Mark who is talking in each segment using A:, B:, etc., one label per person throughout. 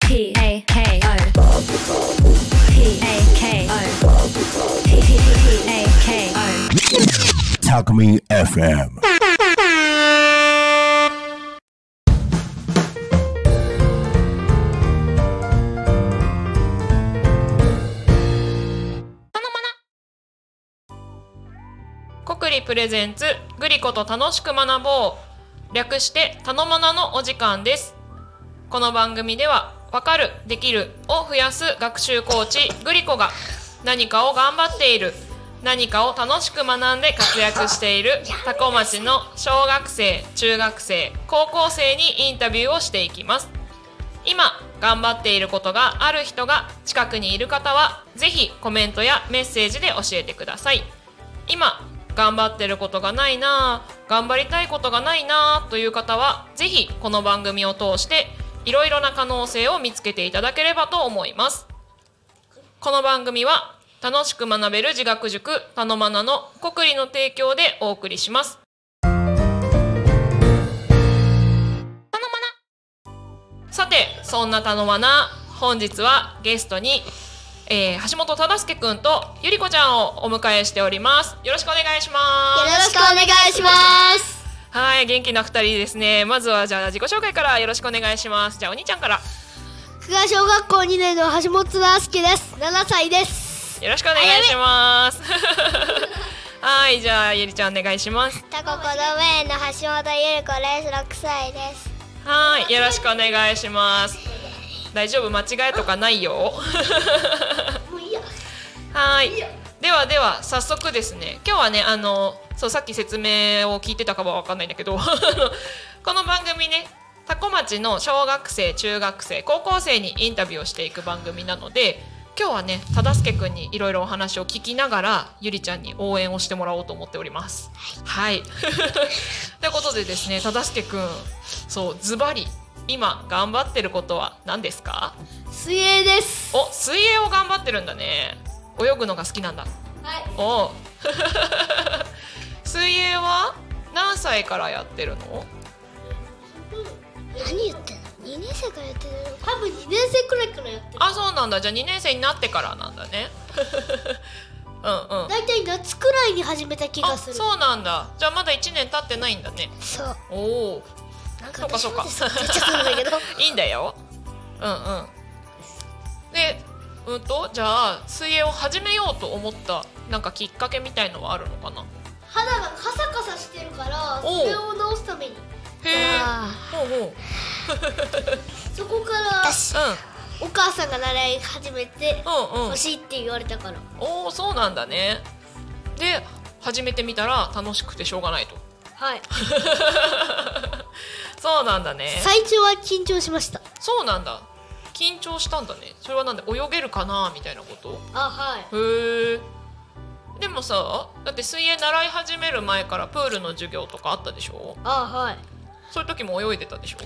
A: P A K O P A K O P A K O
B: Takumi FM.
C: 国立プレゼンツグリコと楽しく学ぼう略して「たのまな」のお時間ですこの番組では「わかる」「できる」を増やす学習コーチグリコが何かを頑張っている何かを楽しく学んで活躍している多古町の小学生中学生高校生にインタビューをしていきます今頑張っていることがある人が近くにいる方はぜひコメントやメッセージで教えてください今頑張ってることがないなあ頑張りたいことがないなあという方はぜひこの番組を通していろいろな可能性を見つけていただければと思いますこの番組は楽しく学べる自学塾たのまなの国理の提供でお送りしますさてそんなたのまな本日はゲストに、えー橋本忠介くんとゆりこちゃんをお迎えしておりますよろしくお願いします
D: よろしくお願いします。
C: はい、元気な二人ですね。まずはじゃあ自己紹介からよろしくお願いします。じゃあお兄ちゃんから
D: 久我小学校2年の橋本敦介です。7歳です。
C: よろしくお願いします。 はい、じゃあゆりちゃんお願いします。
D: タコこの前の橋本ゆる子です。6歳です。
C: はい、よろしくお願いします。大丈夫、間違いとかないよ。はい。ではでは早速ですね。今日はねあのそうさっき説明を聞いてたかはわかんないんだけど、あの この番組ね。タコ町の小学生中学生高校生にインタビューをしていく番組なので今日はね忠介くんにいろいろお話を聞きながらゆりちゃんに応援をしてもらおうと思っております。はい、 ということでですね忠介くんそうズバリ今頑張ってることは何ですか
D: 水泳です。
C: お水泳を頑張ってるんだね泳ぐのが好きなんだ
D: はい。
C: お う水泳は何歳からやってるの
D: 何言ってんの ?2 年生からやってるの多分2年生くらいからやってる。
C: あそうなんだじゃあ2年生になってからなんだね うんうん
D: だいたい夏くらいに始めた気が
C: あ
D: する。
C: そうなんだじゃあまだ1年経ってないんだね
D: そう。
C: おお
D: なん
C: そうかそうか
D: 私もですって言っちゃったんだけど。
C: いいんだようんうんでうんとじゃあ水泳を始めようと思ったなんかきっかけみたいのはあるのかな
D: 肌がカサカサしてるから、
C: おう
D: それを直すために。
C: へえほうほううん
D: そこからお母さんが習い始めて
C: うんうん
D: 欲しいって言われたから。
C: おおそうなんだねで始めてみたら楽しくてしょうがないと
D: はい。
C: そうなんだね
D: 最初は緊張しました。
C: そうなんだ緊張したんだねそれはなんで泳げるかなみたいなこ
D: あ、はい。
C: とへえでもさだって水泳習い始める前からプールの授業とかあったでしょ
D: あ、はい。
C: そういう時も泳いでたでしょ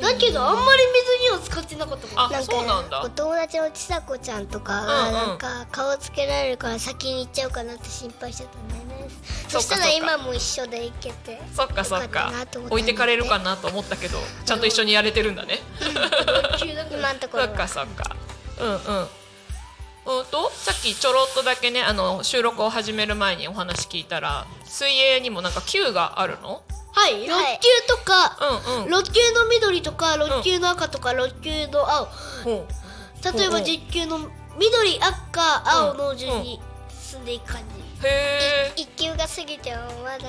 D: だけどあんまり水には使ってなかったもん。
C: あそうなんだ
E: お友達のちさこちゃんとか
C: う
E: が
C: んうん
E: なんか顔つけられるから先に行っちゃうかなって心配してたんだよね
C: そ
E: そ
C: っか
E: した
C: そ
E: ら
C: っか
E: 今も一緒で行けて
C: そっかそっ
E: よか
C: か
E: ったなと思った
C: 置いてかれるかなと思ったけどちゃんと一緒にやれてるんだね
E: 今のとこ
C: そ
E: ろ
C: っかそっかうんうんうんとさっきちょろっとだけねあの収録を始める前にお話聞いたら水泳にもなんか球があるの
D: はい、六球とか、
C: うんうん
D: 六球の緑とか、六球の赤とか、六球の青。
C: ほ
D: 例え
C: う
D: ば
C: ん
D: 十球の緑、赤、青の順に進んでいく
C: う
D: 感
C: へえ
E: 一級が過ぎてもまだ
C: う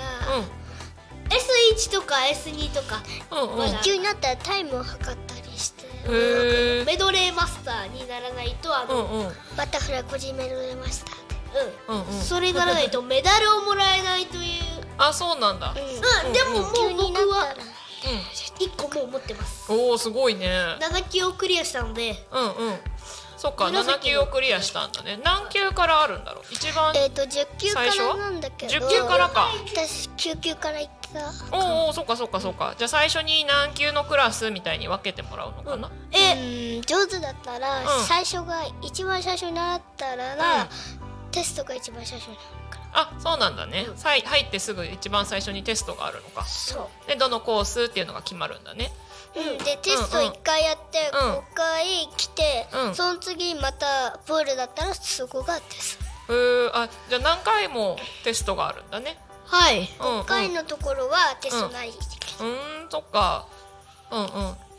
D: じ。S 一とか S 二とか、
C: んうんうん
E: 一級になったらタイムを測ったりして
C: へえ
D: メドレーマスターにならないとあ
C: う
D: の、
C: んうんうん
E: バタフライ個人メドレーマスターで
D: うん、
C: うん
D: それにならないとメダルをもらえないという。
C: あそうなんだ
D: うん、でも
E: 一級
D: もう
E: にな
D: 僕
E: った
D: は
E: ら
D: 一個もう持ってます。
C: うんおおすごいね
D: 七級をクリアしたので、
C: うんうんそっか7
D: 紫
C: 級をクリアしたんだね何級からあるんだろう一番
E: えっと10級か
C: 最初は
E: らなんだけど
C: 10級からか
E: 私9級から行った
C: おうおうそっかそっかそっかじゃあ最初に何級のクラスみたいに分けてもらうのかな、
D: え、
E: うん上手だったら、
C: うん
E: 最初が一番最初に習ったらな、テストが一番最初になる
C: あそうなんだね、さい入ってすぐ一番最初にテストがあるのか
E: そう
C: でどのコースっていうのが決まるんだね
E: うん、でテスト1回やって
C: うん
E: 5回来て、
C: うん
E: その次またプールだったらそこがテスト
C: へーあじゃあ何回もテストがあるんだね
D: はい。
C: うんう
E: 5回
C: ん
E: のところはテストない、
C: うんそっかうんうん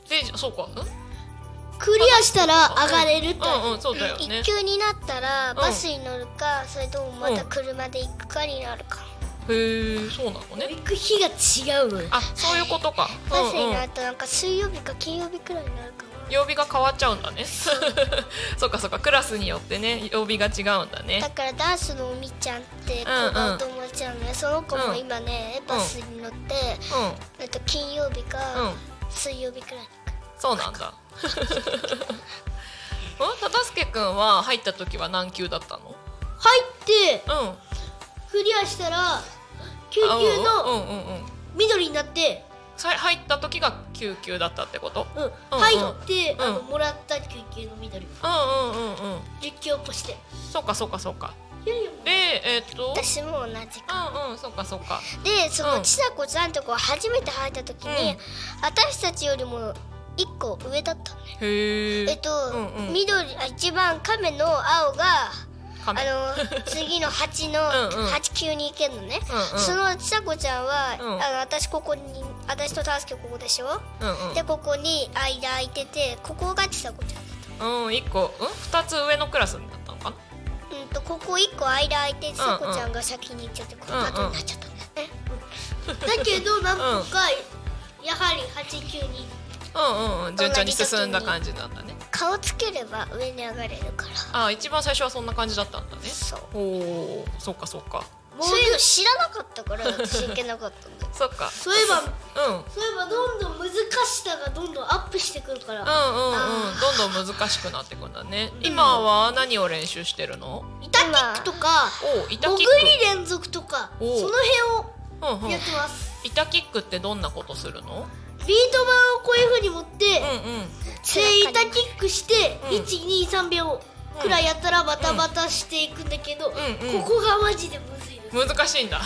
C: でそうかうん
D: クリアしたら上がれると。
C: うんうんそうだよ
E: 一
C: ね
E: 級になったらバスに乗るか、それともまた車で行くかになるか、
C: へえそうなのね
D: 行く日が違うのよ。
C: あそういうことかう
E: バスに
C: んう
E: なんるとなんか水曜日か金曜日くらいになるかな
C: 曜日が変わっちゃうんだねそっかそっかクラスによってね曜日が違うんだね
E: だからダンスのおみちゃんって子がお友達なのね、その子も今ねバスに乗って、
C: うん
E: えっと金曜日
C: う
E: か
C: ん
E: 水曜日くらいに行く
C: そうなんだうんたたすけくんは入った時は何級だったの
D: 入って
C: うん
D: クリアしたら救急
C: あう
D: の
C: んうんうんうん
D: 緑になって、
C: さ入った時が救急だったってこと
D: うん、
C: うん
D: 入って、
C: うん
D: あのもらった救急の緑
C: うんうんうんうん
D: 実況ポして
C: そうかそうかそうか
D: ゆり
C: でえっと
E: 私も同じか
C: うんうんそうかそうか
E: でそうの
C: ん
E: ちさ子ちゃんとこ初めて入った時に、
C: うん
E: 私たちよりも1個上だったのね
C: へえ
E: えっと、
C: うんうん
E: 緑あ一番亀の青があ
C: 亀
E: の次の8の
C: うんうん
E: 8級に行けるのね、
C: うんうん
E: そのちさ子ちゃんは、
C: うん
E: あの私ここに私とタスケここでしょ、
C: うんうん
E: でここに間空いててここがちさ子ちゃん
C: うん、一個、うん、二つ上のクラスになったのかな。
E: うんとここ一個間空いてちさこちゃんが先に行っちゃってこの後になっちゃったんだよね。
D: だけど何とか、やはり8級に
C: うんうんうん、順調に進んだ感じなんだね。
E: 顔つければ上に上がれるから
C: あ、一番最初はそんな感じだったんだね。
E: そう
C: おお、そうかそうか。
E: そういうの知らなかったから私行けなかったんだよ
C: そっか。
D: そういえば
C: うん、うんうんうん、
D: そういえばどんどん難しさがどんどんアップしてくるから
C: どんどん難しくなってくんだね。今は何を練習してるの。
D: 板キックとか
C: おお、板
D: 潜
C: キッ
D: り連続とかそ
C: お
D: の
C: う
D: 辺
C: ク。う
D: を
C: んう
D: や
C: ん
D: っ、てます
C: 板キックってどんなことするの。
D: ビート板をこういうふうに持って、
C: うんうん、
D: 正板キックして
C: うん
D: 123秒くらいやったらバタバタしていくんだけど、
C: んうん
D: ここがマジでむずいです
C: 難しいん だ。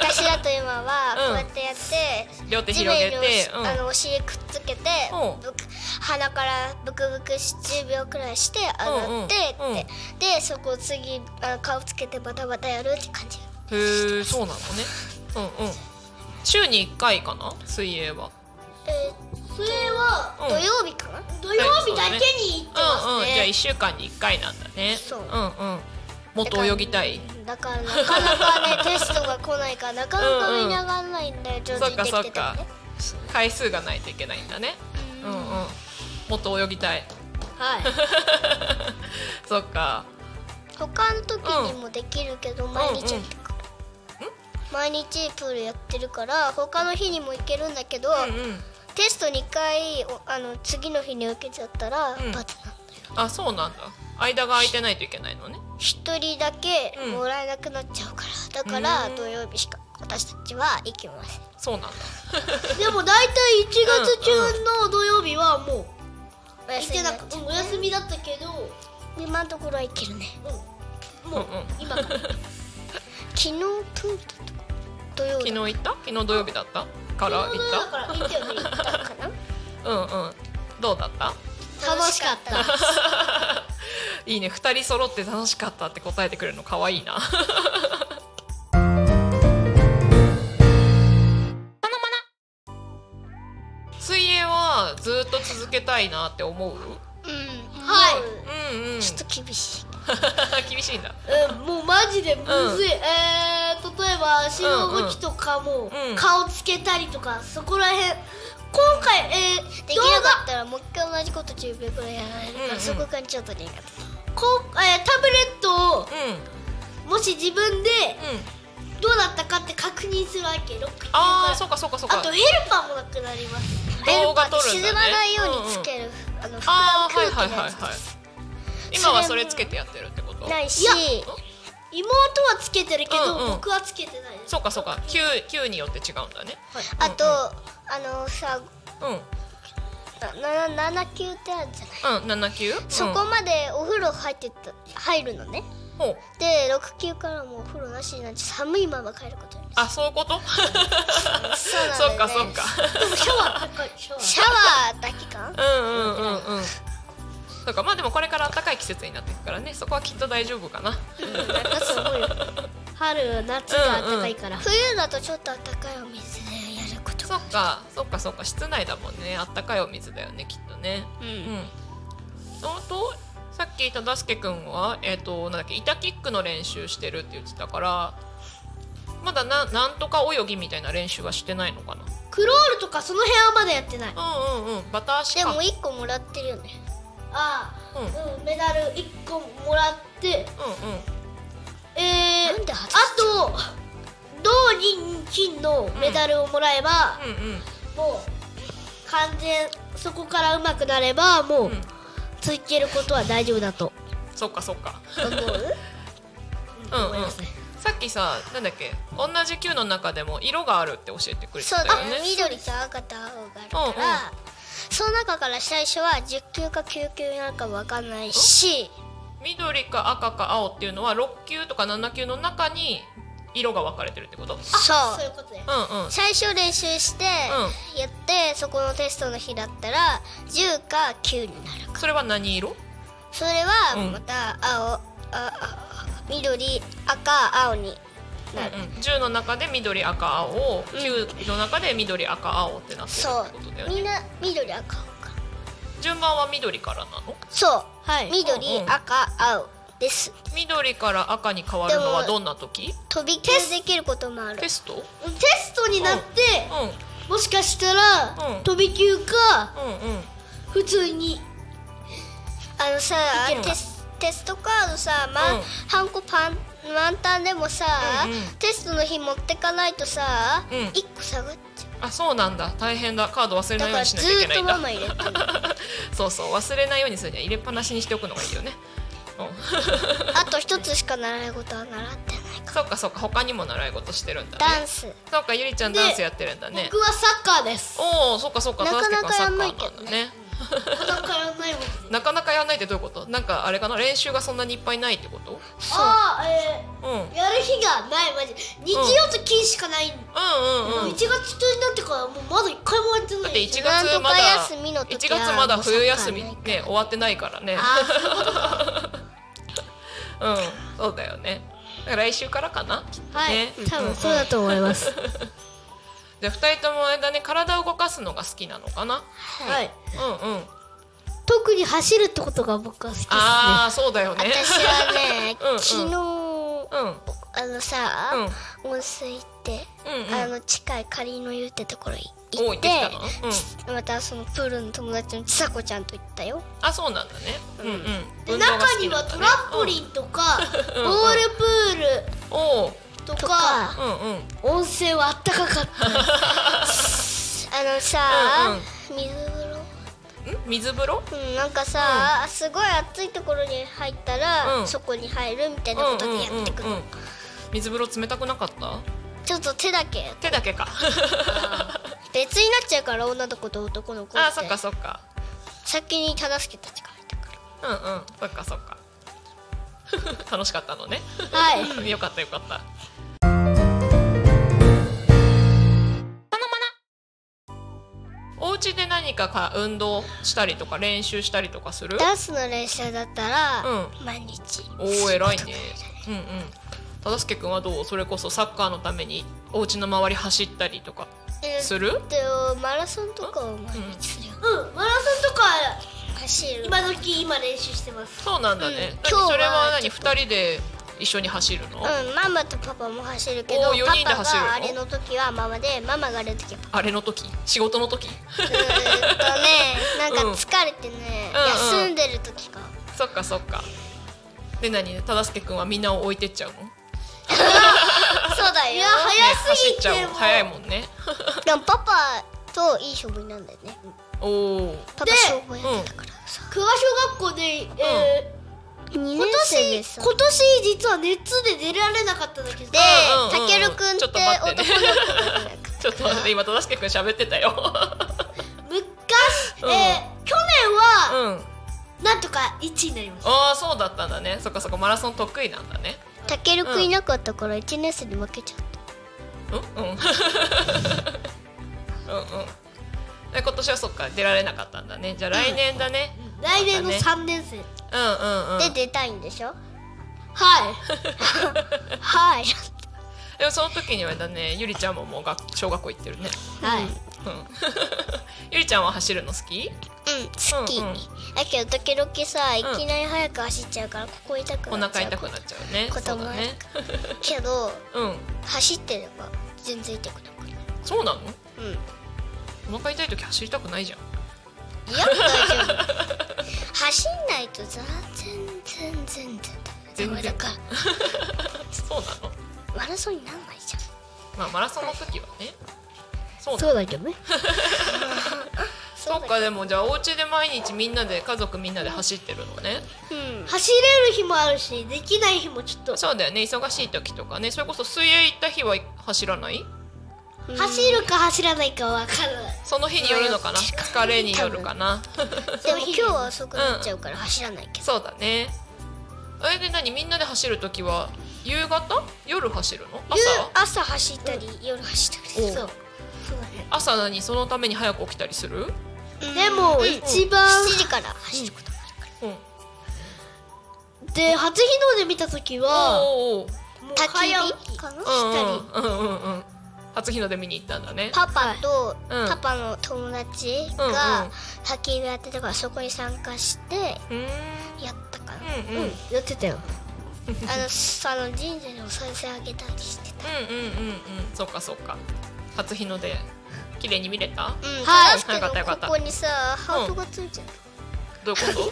E: 私だと今は
C: うん
E: こうやってやって、
C: 両手
E: 地
C: 広
E: 面
C: げ
E: に
C: て
E: おし、
C: うん、
E: あのお尻くっつけて、
C: うん
E: ぶく鼻からブクブクし10秒くらいして上がってって、
C: うんうんうん
E: でそこを次あの顔つけてバタバタやるって感じ
C: へえ、そうなのね。うんうん。週に一回かな、水泳は。
E: え
D: それは
C: うん
E: ー、土曜日かな、
D: 土曜日だけ
C: うん
D: に行ってま
C: うん、
D: す
C: じゃあ
D: ね
C: 一週間に一回なんだね。
E: そうん
C: うん。もっと泳ぎたい。
E: だからなかなか ねテストが来ないからなかなか上に上がらないんだよ上手
C: そっ
E: に
C: か
E: で
C: そ
E: き
C: って
E: ても
C: か
E: ね。
C: 回数がないといけないんだね。うんうん。もっと泳ぎたい。
D: はい
C: そっか。
E: 他の時にもできるけど、毎日やってるから、毎日プールやってるから他の日にも行けるんだけど、
C: うんうん。
E: テスト2回おあの次の日に受けちゃったら、
C: ん
E: バツなんだよ
C: あ、そうなんだ。間が空いてないといけないのね。
E: 一人だけ
C: うん
E: もらえなくなっちゃうから、だから
C: うん
E: 土曜日しか私たちは行きません
C: そうなん だ。
D: でも大体1月中の土曜日はもう
E: お
D: 行って
E: に
D: な
E: なっ
D: く
E: ちゃ
D: お休みだったけど、
E: う今のところは行けるね
D: うん、もう
C: うんうん
D: 今から
E: 昨日プールだったかな土曜
C: 昨
E: 日
C: 日
E: だ
C: 行った？昨日土曜日だった？から行っ
D: だから行ったよね
E: ったかな
C: た？うんうん。どうだった？
D: 楽しかった
C: いいね。二人揃って楽しかったって答えてくれるの可愛いな。 水泳はずっと続けたいなって思う。
E: うん
D: はい
C: うんうん。
E: ちょっと厳しい
C: 厳しいんだ。
D: うん、もうマジでむずい、えー、例えば足の動きとかも、
C: うん
D: 顔つけたりとかそこらへん今回、えー、
E: でき
D: 動
E: なか
D: 画
E: ったらもう一回同じこと10秒くらいやられるから、
C: うんうん
E: そこがちょっと苦手
D: こう、えータブレットを
C: うんうん。
D: もし自分でどうだったかって確認するわけロック
C: ああ、
D: あ
C: そうかそうかそうか。
D: とヘルパーもなくなります
C: 動画撮るんだね
E: 沈まないようにつける、あの膨
C: あ
E: ら
C: あ、
E: む
C: はいは
E: 空
C: い
E: 気の
C: は
E: や
C: い
E: つ
C: はい。今はそれつけてやってるってこと？
E: ないし
D: いや
E: い
D: 妹はつけてるけど、
C: うんうん
D: 僕はつけてないです
C: そうかそうか。級級によって違うんだね。
E: あと、あのさ
C: う
E: なな7級ってあるじゃない、
C: んうん。七級？
E: そこまでお風呂入ってた入るのね
C: ほう
E: で6級からもうお風呂なしになって寒いまま帰ることに
C: あそういうこと
E: そうなんだ
C: そ
E: よ
C: っ
E: ね
C: かそっか
D: でもシャワー高いシャワー
E: シャワーだけか
C: うんうんうんうんそうかまあでもこれから暖かい季節になっていくからねそこはきっと大丈夫かな
D: 夏すごいよ春夏が暖かいから、
E: 冬だとちょっと暖かいお水でやること
C: そっかそっかそっか室内だもんねあったかいお水だよねきっとね
D: う
C: うんんそのとさっき忠介くんはえっ、となんだっけ板キックの練習してるって言ってたからまだななんとか泳ぎみたいな練習はしてないのかな
D: クロールとかその辺はまだやってない
C: うんうんうんバタ足
E: で
C: か
E: も1個もらってるよね
D: あ
C: うんうんうん
D: あうんメダル一個もらってえー、
E: なんで
D: あ
E: 外し
D: と銅銀金のメダルをもらえば、
C: うんうん
D: もう完全そこから上手くなれば
C: う
D: もう
C: ん
D: 続けることは大丈夫だと
C: そっかそっかう
D: 思う
C: ん
D: 思い
C: うん
D: ますね
C: さっきさなんだっけ同じ球の中でも色があるって教えてくれて
E: そ
C: た
E: うだ
C: よね
E: ね緑と赤と青があるか
C: うん
E: らその中から最初は10級か9級になるか分かんないし
C: 緑か赤か青っていうのは6球とか7球の中に色が分かれてるってこと
E: そ
D: そういう
E: う
D: ことね
C: うんうん
E: 最初練習して
C: う
E: やってそこのテストの日だったら10か9になるか
C: それは何色
E: それは
C: うん
E: また青ああ緑赤青になる
C: うん、10の中で緑赤青9の中で緑赤青ってなってる
E: そ
C: ってことだよ
E: うみ
C: ね
E: んな緑赤青か
C: 順番は緑からなの
E: そう
D: はい
C: う
E: 緑
C: んうん
E: 赤青です
C: 緑から赤に変わるのは
E: でも
C: どんな時
E: 飛び級できることもある
C: テスト
D: テストになって
C: うんうん
D: もしかしたら
C: うん
D: 飛び級か
C: うん
D: 普通に
E: あのさ
C: いけるわ
E: テステストカードさ、ま
C: うん
E: ハンコパン満タンでもさ、
C: うんうん
E: テストの日持ってかないとさ、
C: うん
E: 一1個下がっちゃ
C: あそうなんだ大変だカード忘れ
E: う
C: な
E: だ
C: いよう
E: から
C: にし
E: ず
C: なきゃいけ
E: ーっ
C: ない
E: と
C: んだ
E: ママ入れてる
C: そうそう忘れないようにするには入れっぱなしにしておくのがいいよね、うん、
E: あと一つしか習い事は習ってない
C: そっかそっか他にも習い事してるんだ
E: ダ
C: ね
E: ンス
C: そっかゆりちゃん
D: で
C: ダンスやってるんだね
D: 僕はサッカーです
C: おおそっかそっか
E: なかな
C: ダンス
E: かやんない
C: ってかサッカーなんだね
D: なかなかや
C: なかなかや
D: らないもん
C: んないってどういうことなんかあれかな練習がそんなにいっぱいないってこと
D: ああえ
C: うんうんうんうん
D: ーやる日がないマジ日曜と金しかない、
C: うん
D: 1月1日になってからもうまだ一回もやってない
C: だって1月
E: なんと
C: ま
E: か
C: だ
E: 休みの
C: 1
E: 時は
C: 月まだ冬休み
E: もうサッカー
C: ね終わってないからね
D: あーそういうことか
C: うんそうだよねだから来週からかなきっと
D: はい、
C: ね
D: 多分そうだと思 います。
C: じゃあ2人ともあれだね体を動かすのが好きなのかな
D: はい。
C: うんうん
D: 特に走るってことが僕は好きですね。
C: ああそうだよね
E: 私はね
C: うんうん
E: 昨日
C: うんうん
E: あのさ、温泉行って、
C: うん
E: あの近い仮の湯ってところに
C: お
E: 行
C: 行
E: っ
C: っててきたのうん
E: またそのプールの友達のちさこちゃんと行ったよ
C: あそうなんだねうんうん
D: で
C: 運動が
D: 中
C: 好
D: に
C: きな
D: は
C: んだ
D: ト
C: ね
D: ランポリンとか、
C: うんうん
D: ボールプー
C: うんおう
D: ルとか
E: とか
C: うんうん
D: 温泉はあったかかった。
E: あのさ、水風呂
C: ん水風呂
E: うん、なんかさ、すごい暑いところに入ったら、
C: うん
E: そこに入るみたいなことでやってくる、
C: うんうんうんうん水風呂冷たくなかった
E: ちょっと手だけ
C: 手だけか
E: 別になっちゃうから女の子と男の子って
C: あーそっかそっか
E: 先に忠介たちが入ったから
C: うんうんそっかそっか 楽しかったのね
D: はい。
C: よかったよかったお家で何かか運動したりとか練習したりとかする
E: ダンスの練習だったら、
C: う
E: 毎日
C: おお偉いねうんうん忠介くんはどうそれこそサッカーのためにお家の周り走ったりとか
E: え
C: す
E: ーっ
C: る
E: とマラソンとかを毎日するよ、
D: うん、マラソンとか
E: 走る
D: 今時今練習してます。
C: そうなんだね、
E: うん
C: 何
E: 今日は
C: それは何
E: ちょっと
C: 2人で一緒に走るの、
E: うん、ママとパパも走るけど
C: おー四人で
E: パパ
C: 走るの
E: があれの時はママでママがあれの 時はパパ
C: あれの時仕事の時
E: うーんとねなんか
C: うん
E: 疲れてね、
C: うんうん
E: 休んでる時か
C: そっかそっかで何忠介くんはみんなを置いてっちゃうの
E: そうだよ
D: いや早す
C: 走
D: ぎ
C: っちゃ
D: て
C: う
D: も
C: の早いもんね
E: でもパパといい勝負になるんだよね
C: おお
E: パパ勝負やってたからさ、
D: 久我小学校で、えー
E: 2
D: 今
E: 年生で
D: 年
E: さ
D: 今年実は熱で出られなかったんだけど。
E: で、
C: うんうん
E: たけるくんって
C: ちょっと待ってね
E: 男の子だか ら
C: ちょっと待って今忠介 くん喋ってたよ
D: 昔、
C: うん
D: えー去年
C: う
D: は
C: ん
D: なんとか1位になりました
C: ああそうだったんだねそっかそっかマラソン得意なんだね
E: たけるくいなかったから1年生で負けちゃった
C: うん うんうんうんで今年はそっか出られなかったんだねじゃあ来年だね、
D: 来年の
C: そうだね
D: 3年生
C: うん、うんうん
E: で出たいんでしょ
D: はい
E: はい
C: でもその時にはだねゆりちゃんももう学小学校行ってるね
D: はい
C: うん ゆりちゃんは走るの好き
E: うん好き、
C: うんうん
E: だけど時々さい
C: うん
E: きなり早く走っちゃうからここ痛く
C: お
E: なっち
C: 腹
E: ゃう
C: 痛くなっちゃうね
E: 子
C: そう
E: 供
C: だ
E: は
C: ね
E: けど
C: うん
E: 走ってれば全然痛くなくなる
C: そうなの
E: うん
C: お腹痛い時走りたくないじゃん
E: いや大丈夫走んないと全然全然全
C: 全然
E: 然だから
C: そうなの
E: マラソンになんないじゃん
C: まあマラソンの時はねそうだ
E: そうだけどね
C: そっかでもじゃあお家で毎日みんなで家族みんなで走ってるのね
E: うん
D: 走れる日もあるしできない日もちょっと
C: そうだよね忙しい時とかねそれこそ水泳行った日は走らない
D: 走るか走らないかわかる
C: その日によるのかな疲れによるかな
E: でも今日は遅くなっちゃうから走らないけど、
C: そうだねあれで何みんなで走る時は夕方夜走るの
E: 夕
C: 朝
E: 朝走ったり、夜走ったり
D: そう
C: 朝何そのために早く起きたりする
D: でも一番
E: 7時から走ることが
C: う
E: ある
C: ん
D: で初日の出見た時は
C: おーおー
D: もう
E: 焚き
D: 早
E: 火かな、
C: うんうんうんうんうん初日の出見に行ったんだね
E: パパと、
C: うん
E: パパの友達
C: うんう
E: が
C: ん
E: 焚き火やってたからそこに参加して
C: うーん
E: やったかな、
C: うんうん
D: やってたよ
E: あのその神社にお賽銭あげたりしてた
C: うんうんうんうんそうかそうか初日の出綺麗に見れた
E: うん
D: は
E: 正
D: い
E: しく
C: よかったよかった
E: ここにさハートがついちゃう、
C: どう いうこと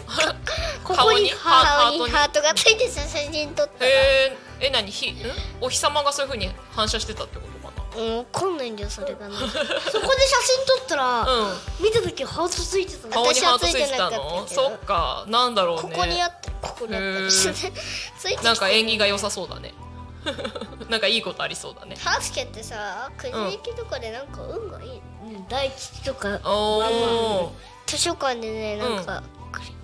D: こ
C: 顔
D: こ
C: に
D: に
C: ハ
E: 顔
C: ー
E: に
C: トに
E: ハートがついてさ写真撮ったら
C: へーえ何ひんお日様がそういう風に反射してたってことか
E: うんわかんないんだよそれがね
D: そこで写真撮ったら
C: なうん
D: 見た時ハートついてたの
C: 顔に
E: 私
C: ハー
E: は
C: トついてた
E: ついてなかっ
C: の
E: たけど
C: そっかなんだろう
E: こ
C: ね
E: こにあったここにあった りしてねついてきて
C: なんか縁起が良さそうだね なんかいいことありそうだね
E: ハスケってさくじ引きとかでなんか運がいいの、
D: うん大吉とか
C: おお
E: 図書館でねなんか、くじ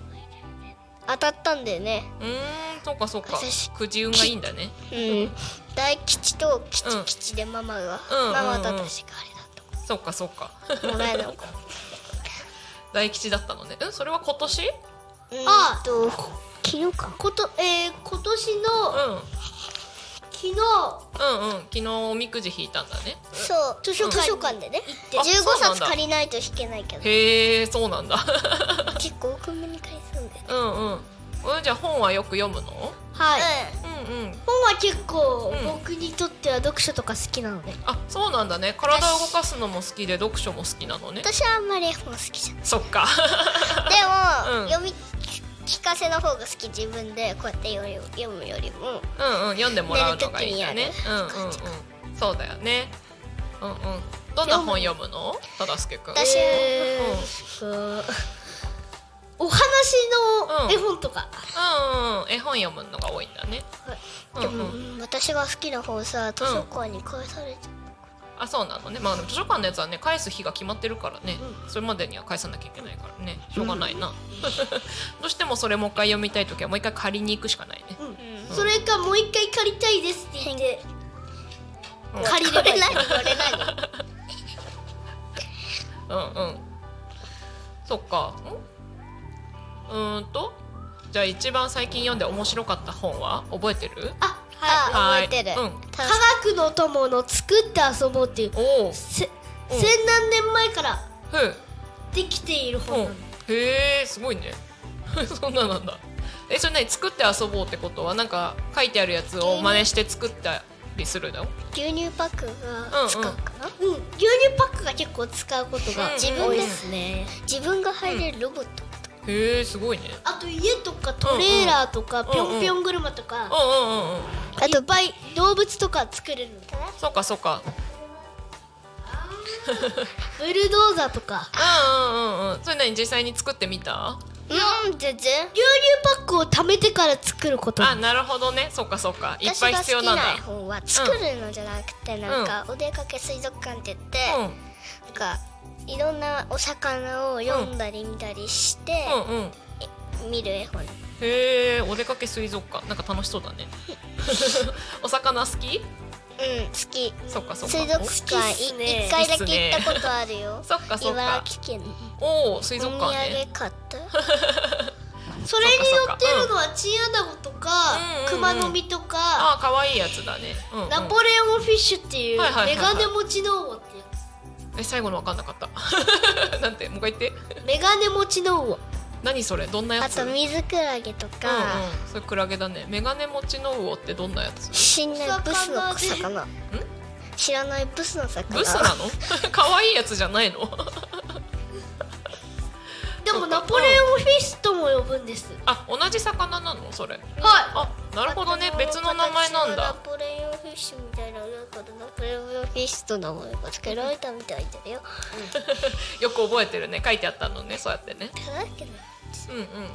E: 当たったんだよね
C: うーんそっかそっか
E: 私
C: くじ運がいいんだね
E: うん大吉と吉
C: うん
E: 吉でママが、
C: うん
E: ママ
C: うん
E: と私があれ
C: うん
E: だっ
C: そっかそっか
E: たもらえなかった
C: 大吉だったのねうんそれは今年
D: あ
E: うんと昨日か
D: ことえー今年
C: う
D: の
C: ん
D: 昨日
C: うんうん昨日おみくじ引いたんだね
E: そう図書
D: 館
E: 図書館でね
C: あ
E: 15
C: そうなん
E: 冊
C: だ
E: 借りないと引けないけど
C: へえそうなんだ
E: 結構多めに借りそうだよね
C: うんうんうんじゃあ本はよく読むの
D: はい
C: うんうん
D: 本は結構
C: うん
D: 僕にとっては読書とか好きなので
C: あそうなんだね体を動かすのも好きで読書も好きなのね
E: うん私はあんまり本好きじゃない
C: そっか
E: でも、
C: うん
E: 読み聞かせの方が好き自分でこうやって読む読むよりも
C: うんうん読んでもらうのがいいんだね
E: 寝る時
C: うん
E: に
C: うん
E: やる感じ
C: うんそうだよねうんうんどんな本読むの忠介くん
E: 私、
C: うんうん
D: そうお話の絵本とか、
C: うんうん絵本読むのが多いんだねうん
E: で
C: うん
E: も、私が好きな方さ図書館に返されちゃ
C: あそうなのねまあでも図書館のやつはね返す日が決まってるからねそれまでには返さなきゃいけないからねしょうがないな どうしてもそれもう一回読みたい時はもう一回借りに行くしかないね
E: う、うん
D: それかもう一回借りたいですって言って
C: うん
D: 借りれば
E: こ
D: いい
E: れ何これ何
C: うんうんそっかんうーんとじゃあ一番最近読んで面白かった本は覚えてる
D: あ
E: あ
D: は
C: は
D: い
C: い
E: 覚えてる、
C: うん
E: た
D: 科学の友の作って遊ぼうっていう
C: おお
D: せ
C: うん
D: 千何年前から
C: ふう
D: できている
C: うん
D: 本なの
C: へえすごいね そんななんだえそれ何作って遊ぼうってことはなんか書いてあるやつを真似して作ったりするの
E: 牛乳パックが使うかな、
D: うん、牛乳パックが結構使うことが
C: うん
D: 自分ですね、
E: 自分が入れるロボット、
C: へえすごいね
D: あと家とかトレーラーとか、
C: ん
D: ぴょんぴょん車とか、
C: うんうんうんうん
D: あといっぱい動物とか作れるの
C: そうかそうか
D: ブルドーザーとか
C: うんうんうんうんそれ何実際に作ってみた
E: うん全然
D: 牛乳パックを貯めてから作ること
C: あなるほどねそうかそうかいっ
E: 私
C: ぱい
E: が好
C: 必要
E: き
C: なんだ
E: な本は作るのじゃなくて、なんかお出かけ水族館って言って、
C: うん
E: なんかいろんなお魚を読んだり見たりして、
C: うんうん
E: 見る絵本
C: へえお出かけ水族館なんか楽しそうだ ねお魚好き
E: うん好き
C: そっかそっか
E: 水族館
D: 好きっ
E: い
D: す
E: 一、
D: ね
E: 回だけ行ったことあ るよ
C: そっかそっか
E: 茨城県の
C: おおー水
E: お
C: 族
E: 土
C: 館ね
E: 産買った
D: それに乗ってるのはチンアナゴとか
C: うんうんうん
D: クマノミとか
C: ああ可愛いやつだね、うんうん
D: ナポレオンフィッシュっていう
C: はいはいはい
D: メ
C: はい
D: ガネ持ちのウオってや
C: え最後の分かんなかった なんてもう一回言って
D: つメガネ持ちのウオ
C: 何それどんなや
E: あ
C: つ
E: と水クラゲと
C: うん
E: か、
C: うん、それクラゲだねメガネ持ちの魚ってどんなやつ
E: 知らないブスの魚知らないブスの魚
C: ブスなの 可愛いやつじゃないの
D: でもナポレオンフィッシュとも呼ぶんです
C: あ同じ魚なのそれ
D: はい
C: あなるほどね別の名前なん
E: ナ
C: だ
E: ポレオンフィッシュみたいななんかナポレオンフィッシュと名前が付けられたみたいだよ
C: よく覚えてるね書いてあったのねそうやってね
E: なんだっけな
C: うん うん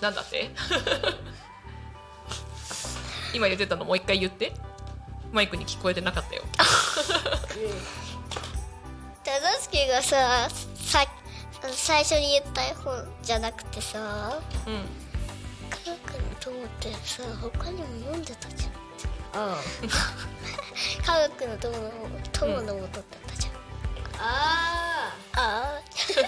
C: なんだって 今言ってたのもう一回言ってマイクに聞こえてなかったよ
E: 忠介がささあの最初に言った絵本じゃなくてさ
C: うん
E: 科学の友ってさ他にも読んでたじゃん
D: あ
E: 科学の友の友の元だったじゃん、
D: あ
E: ああ
D: ーあ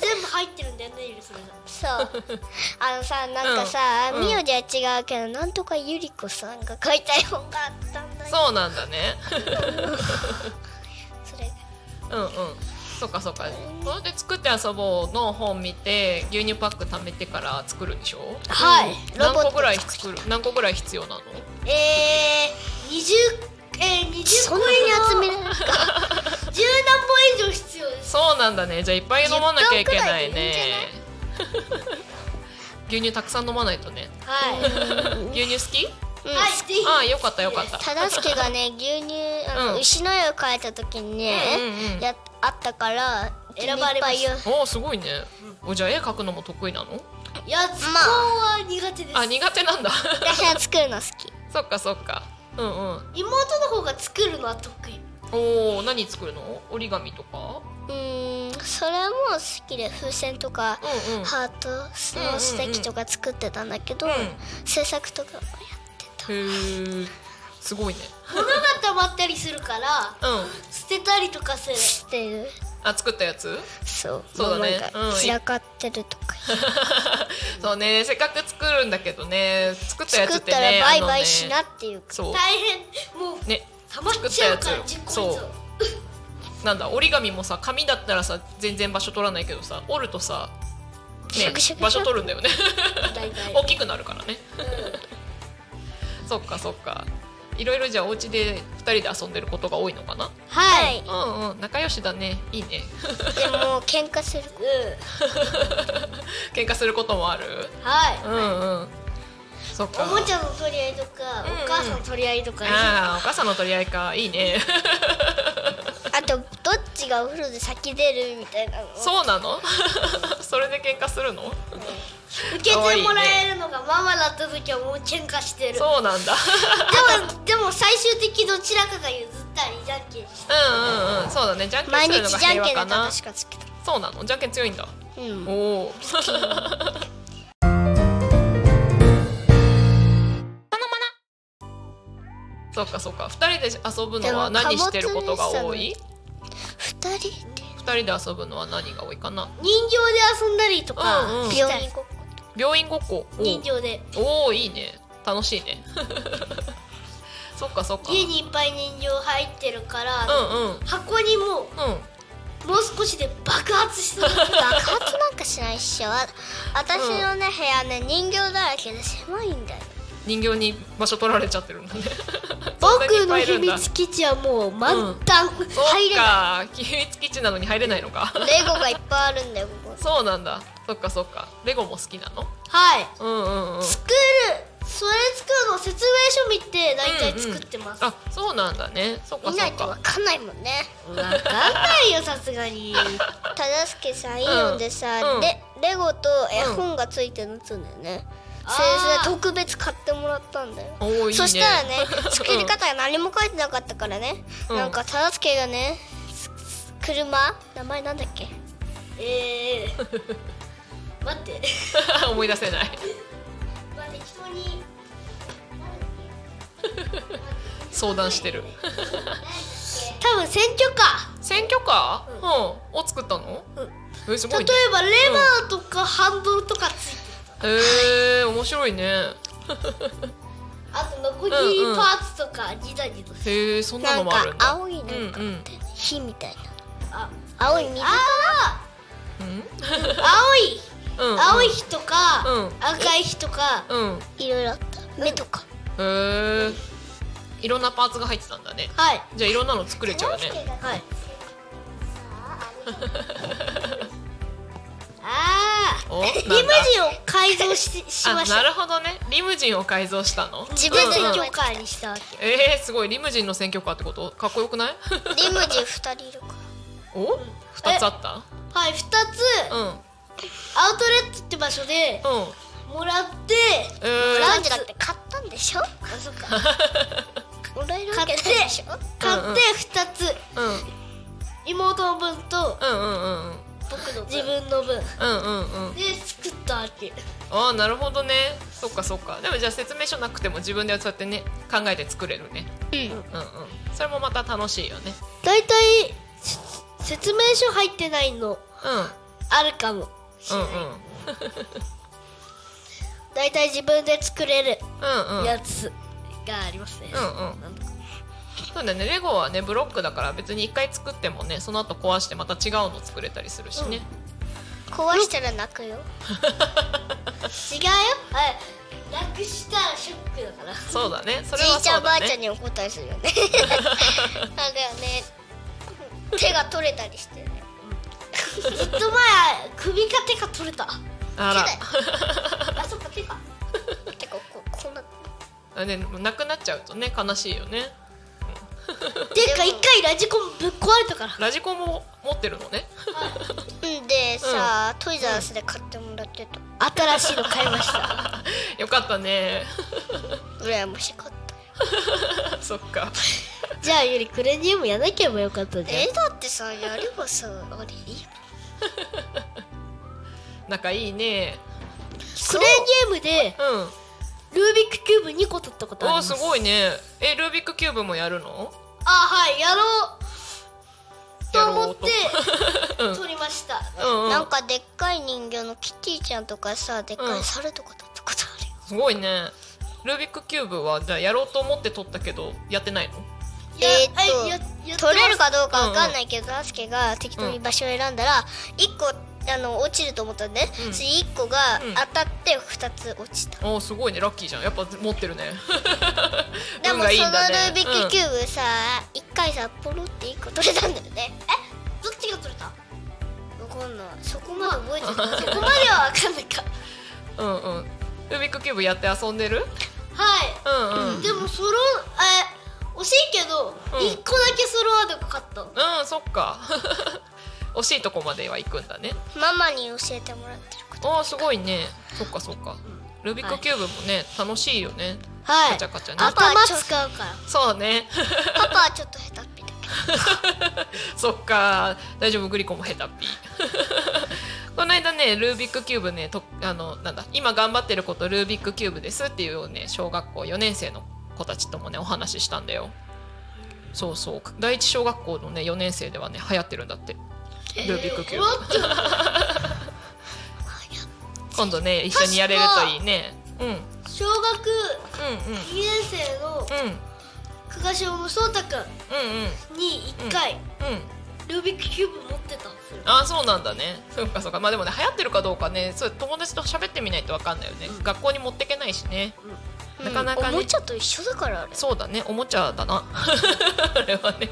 D: 全部入ってるんだよねゆるすれが
E: そうあのさなんかさ
C: うん
E: ミオでは違うけどなんとかゆり子さんが書いた絵本があったんだよ
C: そうなんだね
E: それが
C: うんうんそっかそっかそれで作って遊ぼうの本見て牛乳パック貯めてから作るんでしょ
D: はい
C: 何
E: ロボッ
C: 個
E: ト
C: ぐらい作る何個ぐらい必要なの
D: えー、20えー、20個
E: そんなに集められる
D: 10何本以上必要です
C: そうなんだねじゃあいっぱい飲まなきゃいけないね牛乳たくさん飲まないとね
D: はい、
C: 牛乳好き
D: はいぜひ
C: ああよかったよかった
E: 忠介が ね牛乳あの、
C: うん
E: 牛の絵を描いた時にね、
C: うんうん
E: やあったから
D: 選ばれまし
E: いっ
D: た
E: ぱい
C: おーすごいねおじゃあ絵描くのも得意なの
D: いや、図工は苦手です、
C: あ苦手なんだ
E: 言う私は作るの好き
C: そっかそっかうんうん
D: 妹の方が作るのは得意
C: おお何作るの折り紙とか
E: うーんそれも好きで風船とか、
C: うんうん
E: ハートのステーキとか作ってたんだけど、
C: うん
E: 制作とかもやってた
C: へえすごいね
D: 物が溜まったりするから
C: うん
D: 捨てたりとかする
E: してる
C: あ作ったやつ
E: そう
C: そうだね
E: もなんか
C: うん
E: 散らかってる とか、
C: そうねせっかく作るんだけどね作ったやつ
E: 作
C: っ
E: ってた
C: ね
E: らバイバ
C: あの
E: イ
C: ね
E: しなっていうか
C: そう
D: 大変もう
C: ね
D: 溜まっちゃうから実行
C: そうなんだ折り紙もさ紙だったらさ全然場所取らないけどさ折るとさ、
E: シャクシャクシャク
C: 場所取るんだよね
D: 大 体
C: 大きくなるからね、そっかそっかいろいろじゃあお家で2人で遊んでることが多いのかな
E: はい、
C: うんうん仲良しだねいいね
E: でも喧嘩する
C: 喧嘩することもある
D: はい
C: うんうんそっか
D: おもちゃの取り合いとか、
C: んうん
D: お母さんの取り合いとかね
C: ああお母さんの取り合いかいい ね
E: あとどっちがお風呂で先出るみたいなの
C: そうなの それで喧嘩するの
D: 受けてもらえるのがママだった時はもう喧嘩してる
C: そうなんだ
D: でもでも最終的にどちらかが譲ったりじゃんけんして
C: うんうんうんそうだねじゃんけん
E: 毎
C: する
E: 日
C: のが
E: じゃ
C: 平
E: ん
C: 和
E: けんだ
C: か
E: ったら
C: な
E: 私がつけた
C: そうなのじゃんけん強いんだ
E: うん
C: おお そうかそうか二人で遊ぶのは
E: でも
C: 何してることが多い
E: 二人で
C: 二人で遊ぶのは何が多いかな
D: 人形で遊んだりとか、
C: うんうん
E: 病院ごっこ
C: 病院ごっこおう
D: 人形で
C: おおいいね楽しいね そっかそっか
D: 家にいっぱい人形入ってるから、
C: うんうん
D: 箱にも
C: うん
D: うもう少しで爆発しそうだった
E: 爆発なんかしないっしょわ 私のね、部屋ね人形だらけで狭いんだよ
C: 人形に場所取られちゃってるんだねそんなにい
D: 僕
C: っぱ
D: の
C: いいる
D: 秘
C: んだ
D: 密基地はもう満タン、
C: そ
D: 入
C: っ
D: れない
C: か秘密基地なのに入れないのか
E: レゴがいっぱいあるんだよここ
C: そうなんだそっかそっかレゴも好きなの
D: はい
C: うんうんうん
D: 作るそれ作るの説明書見て大体作ってます、
C: あそうなんだねそっか
E: 見
C: そ
E: ない
C: っ
E: とわ
C: か
E: かんないもんね
D: わかんないよさすが に
E: 忠介さんイオンでさ、
C: うん
E: レレゴと絵本がついてるのつんだよね、
D: あー
E: 先生特別買ってもらったんだよ
C: おーいいね
E: そしたらね作り方が何も書いてなかったからね、
C: うん
E: なんか忠介がねすす車名前なんだっけ
D: えー、待って。
C: 思い出せない
D: まあ適当に。
C: 相談して る
E: 多分選挙か
C: 選挙カー、うん、を作ったの、えすご
E: 例
C: い
E: え
C: ね
E: ばレバーとかハンドルとかついて
C: へえ面白いね
D: あと残り
C: うんうん
D: パーツとかギザギザ。
C: へえそんな
E: な
C: の
E: ん
C: もある
E: か
C: んだ
E: 青いなん
C: うん
E: か
C: うん
E: 火みたい
D: あ
E: な青い水とか
C: うん
E: 青い
C: うん
E: 青い火とか
C: うん
E: 赤い火とか
C: うんへ
E: いろいろあった目とか
C: えいろんなパーツが入ってたんだね
E: はい
C: じゃあいろんなの作れちゃう ね
E: はいあ
C: お
E: ーリム
C: なんだ
E: ジンを改造ししま
C: あ
E: し
C: な
E: た
C: るほどねリムジンを改造したの
E: 自分
C: うん
E: で
C: うん
E: 教会にしたわけ
C: えー、すごいリムジンの選挙カーってことかっこよくない
E: リムジン二人いるか
C: お二つあった
E: はい二つ
C: うんうん
E: アウトレットって場所でもらって
C: え
E: ラウ
C: ー
E: ンジだって買ったんでしょあそ っかもらえるわけないでしょ
D: 買って二つ。
C: うん
D: 妹の分と
C: うんうんうんうん
D: 僕の自分の分
C: うんうんうん
D: で作ったわけ。
C: ああなるほどねそっかそっかでもじゃあ説明書なくても自分でそうやってね考えて作れるねうんうんそれもまた楽しいよね
D: 大体せ説明書入ってないの
C: うん
D: あるかも。
C: うんうん
D: 大体自分で作れる
C: うんうん
D: やつがありますね。
C: うんうんそうだねレゴはねブロックだから別に一回作ってもねその後壊してまた違うの作れたりするしね、
E: 壊したら泣くよ
D: 違うよあ楽したらショックだから
C: そうだねそれ
E: じ
C: はい
E: ちゃ
C: そ
E: ん
C: う
E: ばあ
C: だ
E: ちゃん
C: ね
E: にお答えするよね なんかね手が取れたりしてね
D: ずっと前首か手か取れた
C: あら
D: あそっか手か
E: てかここんな
C: あねなくなっちゃうとね悲しいよね
D: ていうか一回ラジコンぶっ壊れたから
C: ラジコンも持ってるのね
E: うんでさ、トイザらスで買ってもらってた
D: 新しいの買いました
C: よかったね
E: 羨ましかった
C: そっか
D: じゃあゆりクレニウムやなければよかったじゃん
E: えだってさやればさあれいいよ
C: 仲いいね
D: クレニウムで
C: うん
D: ルービックキューブ2個取ったことあり
C: お
D: ま
C: ー
D: す
C: すごいねえルービックキューブもやるの
D: あはいやろう
C: や
D: と
C: ろ
D: 思
C: う
D: っ
C: と
D: て取りました
C: うんうん
E: なんかでっかい人形のキティちゃんとかさでっかい猿とかだったことあるよ、
C: すごいねルービックキューブはじゃあやろうと思って撮ったけどやってないの
D: や
E: えーっ
D: はい
E: と
D: ややってます
E: 取れるかどうかわかんないけど、アスケが適当に場所を選んだら、一1個あの落ちると思ったんで、
C: うん
E: それ1個が
C: うん
E: 当たって2つ落ちた、
C: おーすごいねラッキーじゃんやっぱ持ってるね
E: で
C: 運
E: も
C: がいい
E: そ
C: ん
E: のル
C: だ
E: ービ
C: ね
E: ックキューブさ1回さポロって1個取れたんだよね
D: どっちが取れた
E: えわかんないそこまで覚えてない
D: そこまでは分かんないか
C: うんうんうんルービックキューブやって遊んでる
D: はい
C: うんうん、うん
D: でもそろえ惜しいけど
C: うん
D: 一個だけソロワードが勝ったの
C: そっか 惜しいとこまでは行くんだね
E: ママに教えてもらってること
C: おーすごいねそっかそっかルービックキューブもね楽しいよね
D: は
C: ガチャガチャね
D: 頭使うから
C: そうね
E: パパはちょっと下手っぴだけど
C: そっか大丈夫グリコもヘタピー この間ねルービックキューブねとあのなんだ今頑張ってることルービックキューブですっていうね小学校4年生の子たちともねお話ししたんだよそうそう第一小学校のね4年生ではね流行ってるんだって ルービックキューブ、今度ね一緒にやれるといいねうんうんうん
D: 小学2年生の
C: うんうん
D: 久我翔のそうたく
C: うん
D: んに1回
C: うんうん
D: ルービックキューブ持ってたんですよ
C: ああそうなんだねそうかそうかまあでもね流行ってるかどうかねそう友達と喋ってみないとわかんないよね、学校に持ってけないしね、なかなか
E: うん
C: ね
E: おもちゃと一緒だからあれ
C: そうだねおもちゃだな あれはね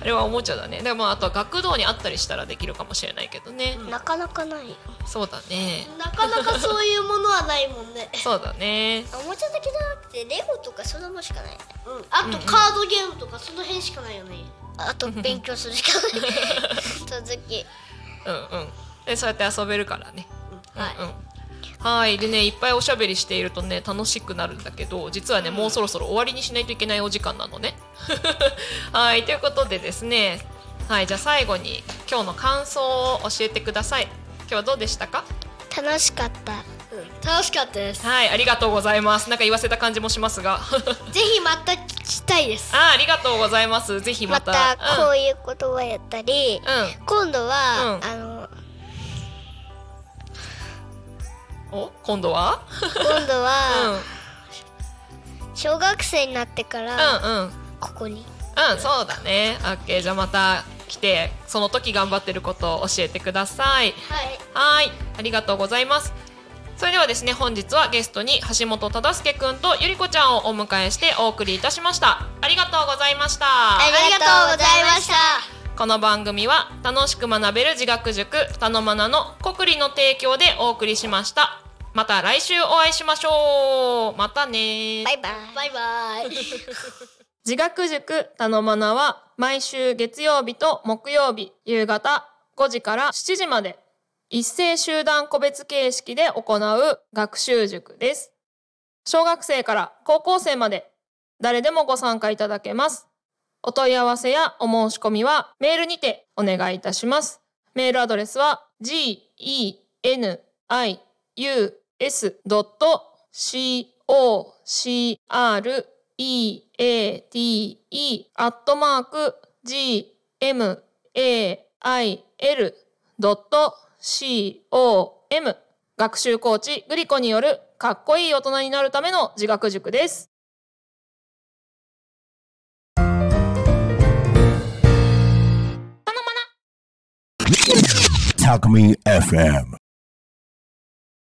C: あれはおもちゃだねでもまああとは学童にあったりしたらできるかもしれないけどね、
E: なかなかないよ
C: そうだね
D: なかなかそういうものはないもんね
C: そうだね
E: おもちゃだけじゃなくてレゴとかそんなもんしかない
D: うんあとカードゲームとかその辺しかないよね
E: あと勉強するしかない 続き
C: うんうんでそうやって遊べるからね
D: はい
C: うんうんはいでねいっぱいおしゃべりしているとね楽しくなるんだけど実はね、もうそろそろ終わりにしないといけないお時間なのね はいということでですねはいじゃあ最後に今日の感想を教えてください今日はどうでしたか
E: 楽楽しかった
D: うん楽しかったですぜ
C: はい、ありがとうございます。なんか言わせた感じもし ますが。
D: ひまた聞きたいです
C: あー、ありがとうございます。ぜひま
E: ま
C: た。
E: たこういうことをやったり、
C: う
E: 今度は、
C: うん
E: あの
C: ん。うん。お、今度は。
E: 今度
C: うん。う
E: は小学生になってから、
C: ん、うん。
E: ここに
C: うん、そうだね。オッケー、じゃあまた来て、その時頑張ってることを教えてください。は
E: はい
C: ーい、ありがとうございます。それではですね、本日はゲストに橋本忠介くんとゆりこちゃんをお迎えしてお送りいたしました。ありがとうございました。
E: ありがとうございました
C: この番組は楽しく学べる自学塾たのまなの国理の提供でお送りしました。また来週お会いしましょう。またねー。
E: バイバイ
D: バイバイ
C: 自学塾たのまなは毎週月曜日と木曜日夕方5時から7時まで一斉集団個別形式で行う学習塾です。小学生から高校生まで誰でもご参加いただけます。お問い合わせやお申し込みはメールにてお願いいたします。メールアドレスは genius.create.gmail.com 学習コーチグリコによるかっこいい大人になるための自学塾です。
B: Talk Me FM.